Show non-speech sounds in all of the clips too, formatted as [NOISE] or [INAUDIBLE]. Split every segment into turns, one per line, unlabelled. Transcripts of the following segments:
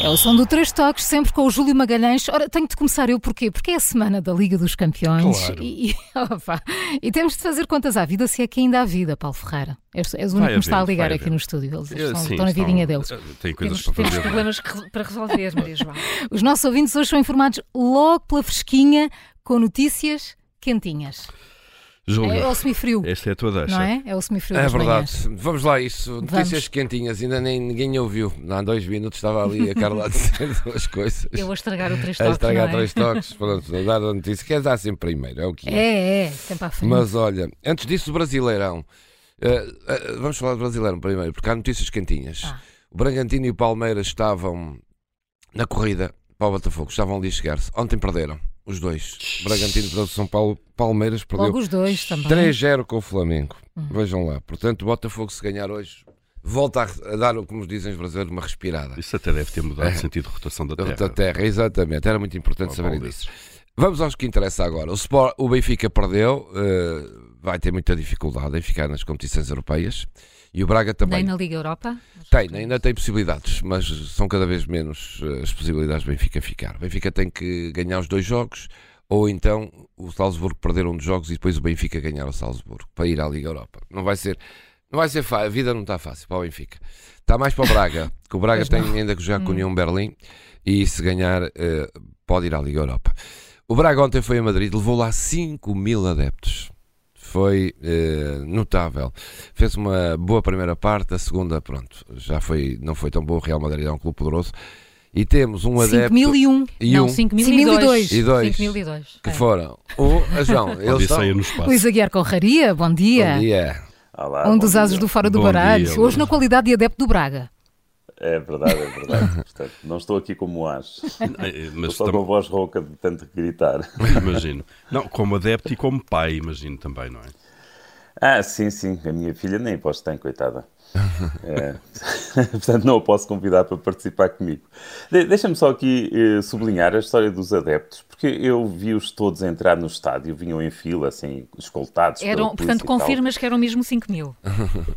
É o som do Três Toques, sempre com o Júlio Magalhães. Ora, tenho de começar eu porquê? Porque é a semana da Liga dos Campeões
Claro.
e, [LAUGHS] e- opa, e temos de fazer contas à vida, se é que ainda há vida, Paulo Ferreira. És, és o único
Vai
que me está a
haver,
ligar
vai
aqui
haver.
no estúdio. Eles
Eu,
estão,
sim,
estão na
estão-
vidinha deles.
Tem coisas
Temos,
para
temos
fazer. não é?
problemas que re- para resolver, Maria João.
Os nossos ouvintes hoje são informados logo pela fresquinha, com notícias quentinhas. É, é
Júlia,
o semifrio,
esta é a tua
não
deixa.
é? É o semifrio
É
das
verdade.
manhãs.
Vamos lá, isso. Notícias quentinhas, ainda nem ninguém ouviu. Há dois minutos estava ali a Carla a dizer [LAUGHS] duas coisas.
Eu a estragar o três
a
toques,
estragar
não é?
três toques. Pronto, dar a notícia. Quer dar sempre primeiro, é o que é.
É, é, sempre à frente.
Mas olha, antes disso, o Brasileirão. Eh, eh, vamos falar do Brasileirão primeiro, porque há notícias quentinhas.
Ah.
O Bragantino e o Palmeiras estavam na corrida para o Botafogo, estavam ali a chegar-se. Ontem perderam, os dois. O Bragantino perdeu o São Paulo, Palmeiras perdeu
Logo os dois Hum. também.
3-0 com o Flamengo. Vejam lá. Portanto, o Botafogo, se ganhar hoje, volta a a dar, como dizem os brasileiros, uma respirada.
Isso até deve ter mudado
É.
o sentido de rotação da Terra.
Da terra, exatamente. Era muito importante
Ou
saber
bom
disso. Vamos aos que interessa agora. O, Sport, o Benfica perdeu, eh, vai ter muita dificuldade em ficar nas competições europeias. E o Braga também.
Nem na Liga Europa.
Tem, ainda tem possibilidades, mas são cada vez menos eh, as possibilidades do Benfica ficar. O Benfica tem que ganhar os dois jogos, ou então o Salzburgo perder um dos jogos e depois o Benfica ganhar o Salzburgo para ir à Liga Europa. Não vai ser, não vai ser fácil, a vida não está fácil para o Benfica. Está mais para o Braga, que o Braga tem ainda que jogar com o União Berlim e se ganhar eh, pode ir à Liga Europa. O Braga ontem foi a Madrid, levou lá 5 mil adeptos. Foi eh, notável. Fez uma boa primeira parte, a segunda, pronto, já foi, não foi tão boa. O Real Madrid é um clube poderoso. E temos um adepto
5001.
e
não,
um
5002.
E dois.
5002.
que
É.
foram. O a João,
Ou
eles são.
Odisseia no espaço. [LAUGHS]
Luís Aguiar Conraria, bom dia.
Bom dia.
Olá,
Um
bom
dos
dia.
asos do Fora do
Bom
Baralho.
dia,
Hoje
Luís.
na qualidade de adepto do Braga.
É verdade, é
[LAUGHS]
verdade. Portanto, não estou aqui como as.
Eh, Mas
Estou com
[LAUGHS]
a
também,
voz rouca de tanto gritar.
imagino. Não, como adepto e como pai, imagino também, não é?
Ah, sim, sim. A minha filha nem voz tem, coitada. É. [LAUGHS] Portanto, não a posso convidar para participar comigo. De- Deixa-me só aqui eh, sublinhar a história dos adeptos, porque eu vi-os todos entrar no estádio, vinham em fila, assim, escoltados. pela
Eram,
polícia
portanto,
e tal.
confirmas que eram mesmo 5 mil.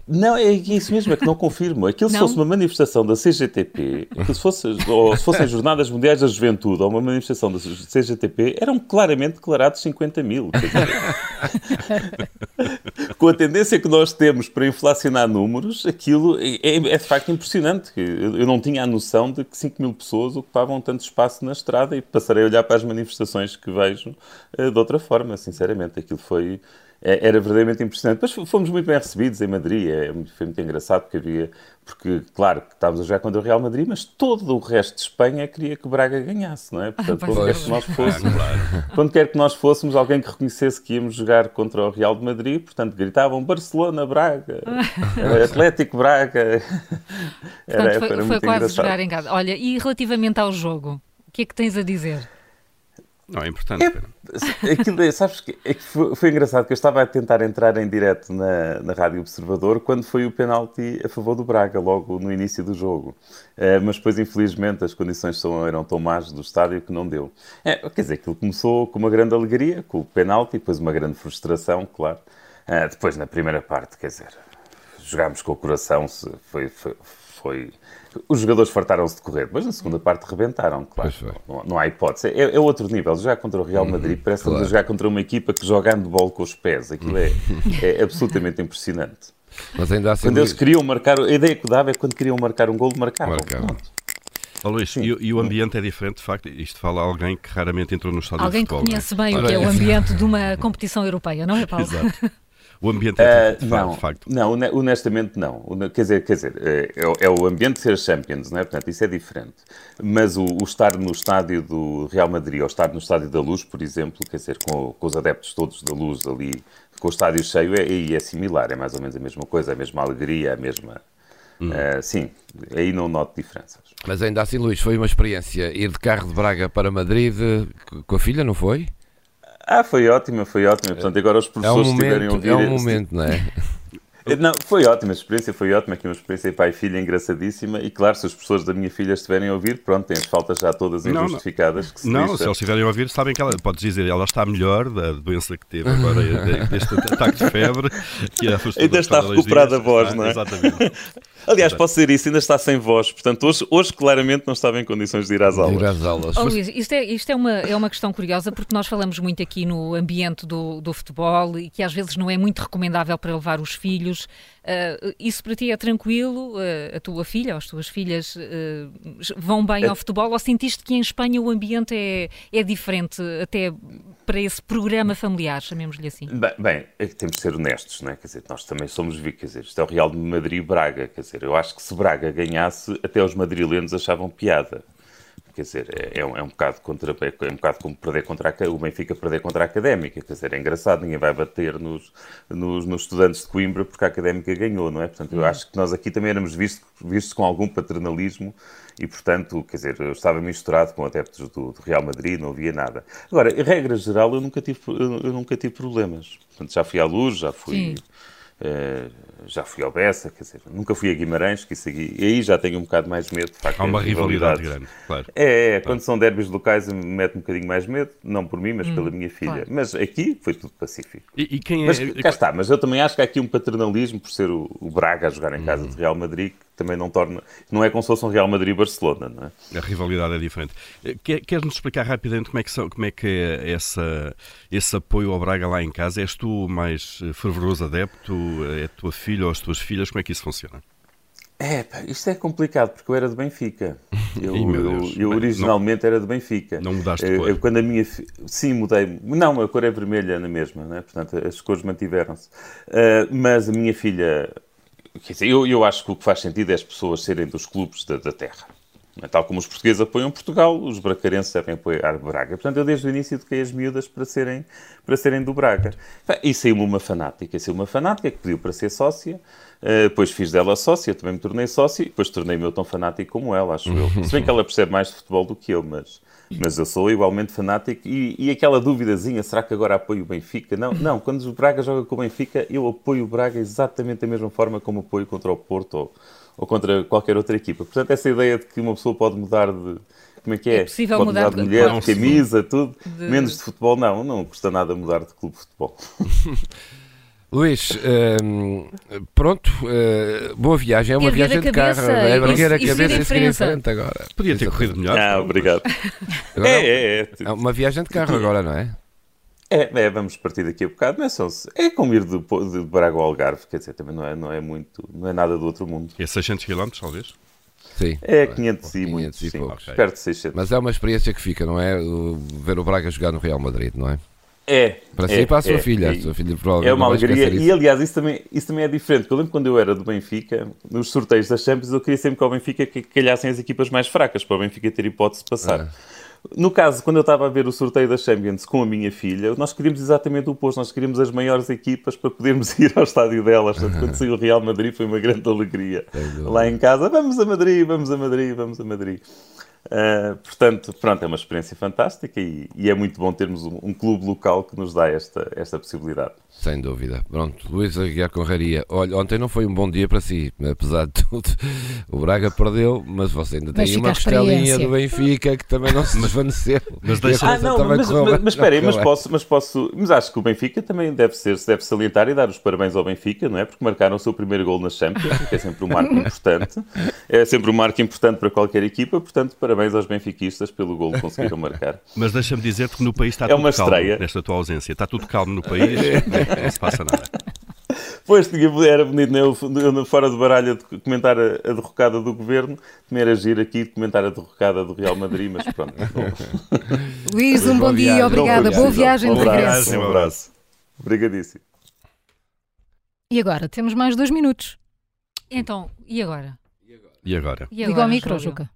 Não, é isso mesmo, é que não confirmo. Aquilo se
Não?
fosse uma manifestação da CGTP, que se fosse, ou se fossem Jornadas Mundiais da Juventude ou uma manifestação da CGTP, eram claramente declarados 50 mil. quer dizer. Com a tendência que nós temos para inflacionar números, aquilo é, é- é de facto impressionante. Eu eu não tinha a noção de que 5 mil pessoas ocupavam tanto espaço na estrada e passarei a olhar para as manifestações que vejo eh, de outra forma, sinceramente. Aquilo foi. É- Era verdadeiramente impressionante. Mas fomos muito bem recebidos em Madrid, é, foi muito engraçado porque havia, porque claro que estávamos a jogar contra o Real Madrid, mas todo o resto de Espanha queria que o Braga ganhasse, não é? Portanto,
Pois
quando quer
é.
que nós fôssemos, quando quer que nós fôssemos, alguém que reconhecesse que íamos jogar contra o Real de Madrid, portanto gritavam Barcelona,
[LAUGHS]
Braga, eh, Atlético Braga. Era,
Portanto, foi,
era
foi
muito
quase
engraçado.
jogar em casa. Olha, e relativamente ao jogo, o que é que tens a dizer?
Não, é importante. pera.
Aquilo, é- sabes que é que foi, foi engraçado que eu estava a tentar entrar em direto na, na Rádio Observador quando foi o penalti a favor do Braga, logo no início do jogo. Eh, mas depois, infelizmente, as condições são- eram tão más do estádio que não deu. É, quer dizer, aquilo começou com uma grande alegria, com o penalti, depois uma grande frustração, claro. Eh, depois, na primeira parte, quer dizer, jogámos com o coração, se- foi. foi- foi- Os jogadores fartaram-se de correr, mas na segunda parte rebentaram, claro.
Pois foi. Uhum,
Não, não há hipótese. É, é outro nível. Jogar contra o Real Madrid parece que estamos a jogar contra uma equipa que joga handball com os pés. Aquilo é, é
[LAUGHS]
absolutamente impressionante.
Mas ainda assim.
Quando eles
Luís,
queriam marcar, a ideia que dava é que quando queriam marcar um gol, marcavam.
Marcavam.
Pronto.
Ó, Luís, e, e o ambiente é diferente, de facto. Isto fala alguém que raramente entrou no estádio
Alguém
de
que
futebol. não é?
conhece bem o que é o ambiente de uma competição europeia, não é, Paulo?
Exato. O
[LAUGHS]
ambiente
Ah,
é diferente, de facto,
não,
de facto.
não, hone- honestamente não. Hone- Quer dizer, quer dizer eh, é, o- é o ambiente de ser Champions, não é? Portanto, isso é diferente. Mas o, o estar no estádio do Real Madrid ou estar no estádio da Luz, por exemplo, quer dizer, com, com os adeptos todos da Luz ali, com o estádio cheio, é, aí é similar, é mais ou menos a mesma coisa, a mesma alegria, a mesma... eh, sim, aí não noto diferenças.
Mas ainda assim, Luís, foi uma experiência ir de carro de Braga para Madrid eh, com a filha, não foi?
Ah, foi ótima, foi ótima. Portanto, agora os
É um
professores que estiverem a
momento,
ouvir...
é um
este-
momento, não é?
Não, foi ótima a experiência, foi ótima, aqui uma experiência pai e filha engraçadíssima. E claro, se as pessoas da minha filha estiverem a ouvir, pronto, têm as faltas já todas
Não, não.
injustificadas. que se
Não,
lixa.
se eles estiverem a ouvir, sabem que ela, podes dizer, ela está melhor da doença que teve
[LAUGHS]
agora, de- deste ataque de febre. Que é a afastou
Ainda
dos
está
quadros dois
recuperada a
dias.
voz,
Ah,
não é?
Exatamente.
Aliás,
Exato.
posso dizer isso, ainda está sem voz. Portanto, hoje, hoje claramente não estava em condições de ir às aulas.
Ir às aulas.
Oh, Luís, isto, é, isto é, uma, é uma questão curiosa porque nós falamos muito aqui no ambiente do, do futebol e que às vezes não é muito recomendável para levar os filhos. Ah, isso para ti é tranquilo? Ah, a tua filha ou as tuas filhas ah, vão bem ao futebol? Ou sentiste que em Espanha o ambiente é, é diferente até para esse programa familiar, chamemos-lhe assim?
Bem, bem, é que temos de ser honestos, né? Quer dizer, nós também somos, vi- quer dizer, isto é o Real de Madrid e Braga, quer dizer, eu acho que se Braga ganhasse, até os madrilenos achavam piada. Quer dizer, é, é um, é um bocado contra, é um bocado como perder contra a, Aca- o Benfica perder contra a Académica, quer dizer, é engraçado, ninguém vai bater nos, nos, nos estudantes de Coimbra porque a Académica ganhou, não é? Portanto,
Hum.
eu acho que nós aqui também éramos vistos vistos com algum paternalismo e, portanto, quer dizer, eu estava misturado com adeptos do, do Real Madrid, não havia nada. Agora, em regra geral, eu nunca tive, eu, eu nunca tive problemas. Portanto, já fui à Luz, já fui...
Sim.
eh, já fui ao Bessa, quer dizer, nunca fui a Guimarães, que isso aqui, e aí já tenho um bocado mais medo. de facto,
Há
[LAUGHS]
uma
é
rivalidade
rivalidades.
grande, claro.
É, é, quando são derbys locais me mete um bocadinho mais medo, não por mim, mas pela minha filha.
claro.
Mas aqui foi tudo pacífico.
E, e quem é.
Mas cá está, mas eu também acho que há aqui um paternalismo por ser o, o Braga a jogar em casa do Real Madrid, que também não torna. Não é como se fosse um Real Madrid-Barcelona, não é?
A rivalidade é diferente. Eh, quer- Queres-nos explicar rapidamente como é que, são- como é, que é essa, esse apoio ao Braga lá em casa? És tu o mais eh, fervoroso adepto? É a tua filha ou as tuas filhas? Como é que isso funciona?
É, pá, isto é complicado, porque eu era de [LAUGHS] Benfica. Eu,
Ih, meu
eu-
Deus.
eu
Bem,
originalmente era de Benfica.
não mudaste de
eu,
cor.
eu quando a minha fi- Sim, mudei. Não, a cor é vermelha na mesma, né? portanto, as cores mantiveram-se. Ah, mas a minha filha. Quer dizer, eu, eu acho que o que faz sentido é as pessoas serem dos clubes da, da terra. Não é? Tal como os portugueses apoiam Portugal, os bracarenses devem apoiar Braga. Portanto, eu desde o início eduquei as miúdas para serem, para serem do Braga. Pá, E saiu-me uma fanática. Saiu uma fanática que pediu para ser sócia. Uh, depois fiz dela sócia, também me tornei sócio e depois tornei-me eu tão fanático como ela, acho [LAUGHS] eu. Se bem que ela percebe mais de futebol do que eu, mas, mas eu sou igualmente fanático. E, e aquela duvidazinha, será que agora apoio o Benfica? Não, não, quando o Braga joga com o Benfica, eu apoio o Braga exatamente da mesma forma como apoio contra o Porto ou, ou contra qualquer outra equipa. Portanto, essa ideia de que uma pessoa pode mudar de. Como é que é?
É possível
pode
mudar
mudar de
de-
mulher,
Não,
de
sim.
camisa, tudo.
De-
Menos de futebol, não. Não custa nada mudar de clube de futebol.
Luís, hum, pronto, eh, boa viagem. É uma
Erguer a
viagem de
cabeça
carro. É
e-
erguer a
e seguir
cabeça
em
e seguir em
frente.
frente agora.
Podia ter corrido melhor.
Ah, obrigado.
Agora
É, é, é.
É uma viagem de carro agora, não é?
É, é, vamos partir daqui a bocado, mas são, é como ir de, Po- de Braga ao Algarve, quer dizer, também não é, não é muito, não é nada do outro mundo.
É 600 km, talvez?
Sim.
É 500 e
500
muitos,
e
sim,
poucos.
Ok.
perto de 600.
Mas é uma experiência que fica, não é? O- Ver o Braga jogar no Real Madrid, não é?
é,
Para
é,
si e para a sua
é,
filha.
é.
a sua filha provavelmente
É uma
não vai
alegria,
esquecer
e
isso.
aliás, isso também, isso também é diferente. porque Eu lembro quando eu era do Benfica, nos sorteios das Champions, eu queria sempre que ao Benfica que calhassem as equipas mais fracas, para o Benfica ter hipótese de passar.
É.
No caso, quando eu estava a ver o sorteio das Champions com a minha filha, nós queríamos exatamente o oposto, nós queríamos as maiores equipas para podermos [LAUGHS] ir ao estádio delas. Portanto, quando saiu o Real Madrid foi uma grande alegria. Lá em casa, vamos a Madrid, vamos a Madrid, vamos a Madrid. Ah, portanto, pronto, é uma experiência fantástica e, e é muito bom termos um, um clube local que nos dá esta, esta possibilidade.
Sem dúvida. Pronto, Luís Aguiar Conraria. Olha, ontem não foi um bom dia para si, apesar de tudo. O Braga perdeu, mas você ainda
Mas
tem
fica
uma
a
costelinha
experiência.
do Benfica que também não se desvaneceu.
mas
E a coisa
deixa-
Ah, não,
também
mas,
correu
mas,
bem.
mas espera aí, mas
Correu bem.
posso, mas posso. Mas acho que o Benfica também deve ser, se deve salientar e dar os parabéns ao Benfica, não é? Porque marcaram o seu primeiro gol na Champions, que é sempre um marco importante. É sempre um marco importante para qualquer equipa, portanto, parabéns aos benfiquistas pelo gol que conseguiram marcar.
Mas deixa-me dizer-te que no país está
É
tudo
uma
calmo
estreia.
nesta tua ausência. Está tudo calmo
[LAUGHS]
no país, não, se passa nada.
Pois tinha- era bonito, não é? Eu, eu, fora de baralho, de comentar a, a derrocada do governo, também era giro aqui de comentar a derrocada do Real Madrid, mas pronto. não-
Luís, um
boa
bom dia,
viagem.
obrigada.
não foi
Boa
possível.
viagem de
Um abraço,
regresso.
Um abraço. Obrigadíssimo.
E agora temos mais dois minutos.
Então, e agora?
E agora?
E
Diga
agora,
ao micro,
João?
Juca.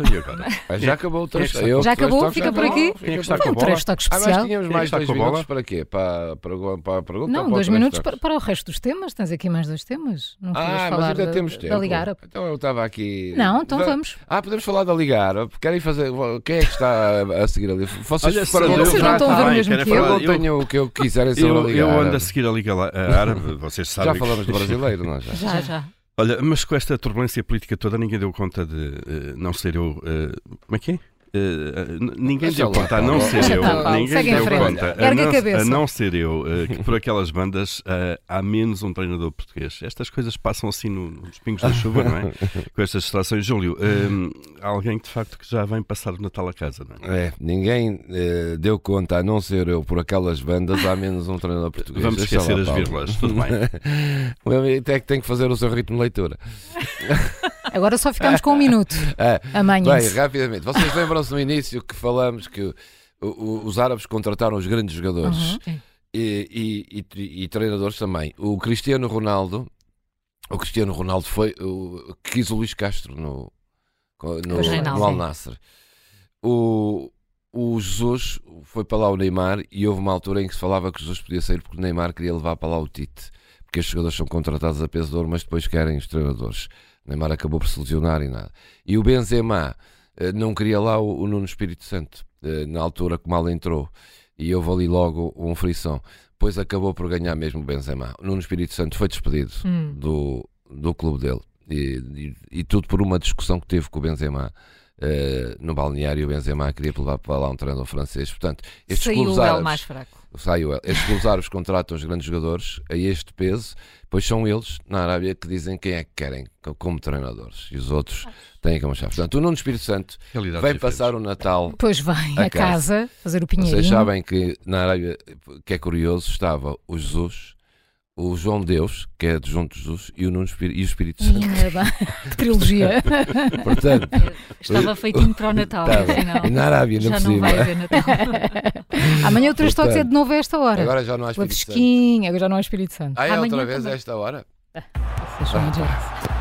Então e agora?
Já acabou o
Quem é
trash
que está-
talk.
Já
Eu- trash
acabou?
talk já
Fica por
acabou,
aqui?
Quem é que
por
está
aqui.
com a
um
bola?
trash talk
Ah, nós
especial.
tínhamos
Quem é que
mais
está
dois
com a bola?
minutos para quê? Para, para, para a pergunta? ou
Não,
para o
dois
trash
minutos para,
talk?
para o resto dos temas. Tens aqui mais dois temas. Não querias
Ah,
falar
mas ainda
da,
temos
da
tempo.
Liga Árabe.
Então eu estava aqui.
Não, então
Da-
vamos.
Ah, podemos falar da Liga Árabe. Querem fazer. Quem é que está a- a seguir ali? Vocês
Olha,
foram-
Sandro,
Vocês
eu
não
já
estão a ver o
também
mesmo
quero
que eu?
falar-
Eu tenho o que eu quiserem sobre a
Eu,
Liga
eu ando
Árabe.
a seguir a Liga Lá- a Árabe, vocês sabem.
Já falamos
[LAUGHS]
do brasileiro, não é? Já.
Já, já.
Olha, mas com esta turbulência política toda, ninguém deu conta de eh, não ser eu. eh, como é que é? Eh, n- ninguém
Deixa
deu
lá,
conta a não
Paulo.
ser
Deixa
eu.
lá, Paulo.
Ninguém
Segue em
deu
frente.
conta
Ergue
a
a
não,
cabeça.
a não ser eu, eh, que por aquelas bandas eh, há menos um treinador português. Estas coisas passam assim no- nos pingos da chuva, não é? Com estas distrações. Júlio, eh, há alguém que de facto que já vem passar o Natal a casa, não é?
É, ninguém eh, deu conta, a não ser eu, por aquelas bandas, há menos um treinador português.
Vamos
Deixa lá,
esquecer as
Paulo.
vírgulas, tudo bem.
O meu amigo até que tem que fazer o seu ritmo de leitura.
Agora só ficamos com um minuto.
Ah, Bem,
Amanhã.
rapidamente, vocês lembram-se no início que falamos que o- o- os árabes contrataram os grandes jogadores
Sim.
e, e- e- e treinadores também. O Cristiano Ronaldo, o Cristiano Ronaldo foi o, quis o Luís Castro no, no,
Pois,
no
Reinaldo.
Al Nassr. O, o Jesus foi para lá o Neymar e houve uma altura em que se falava que o Jesus podia sair porque o Neymar queria levar para lá o Tite, porque estes jogadores são contratados a peso de ouro, mas depois querem os treinadores. O Neymar acabou por se lesionar e nada. E o Benzema eh, não queria lá o, o Nuno Espírito Santo, eh, na altura que mal entrou. E houve ali logo um frição. Pois acabou por ganhar mesmo o Benzema. O Nuno Espírito Santo foi despedido
Hum.
do, do clube dele. E, e- e tudo por uma discussão que teve com o Benzema eh, no balneário. O Benzema queria levar para lá um treinador francês. Portanto, estes
Saiu
clubes
o L
árabes,
mais fraco.
saiu ele. Estes clubes árabes contratam os grandes jogadores a este peso, pois são eles na Arábia que dizem quem é que querem co- como treinadores e os outros têm que mostrar. Portanto, o Nuno Espírito Santo
Realidades
vem
diferentes.
passar o Natal
Pois vem
A
a casa fazer o
vocês
pinheirinho.
sabem que na Arábia, que é curioso, estava o Jesus, o João Deus, que é de junto de Jesus, e o, Nuno Espí- e o Espírito Santo.
Minha ba- [LAUGHS] trilogia.
[LAUGHS]
Portanto,
Estava feitinho para o [LAUGHS] Natal,
estava.
afinal.
na Arábia não é
Já não vai
possível.
haver [LAUGHS] Natal.
Amanhã o Três Toques é de novo a esta hora.
Agora já não há
Pela
Espírito Santo.
fresquinha, agora já não há é Espírito Santo.
Ah, é
Amanhã
outra vez é. Ah. a
também.
esta hora?
Vocês são muito gente.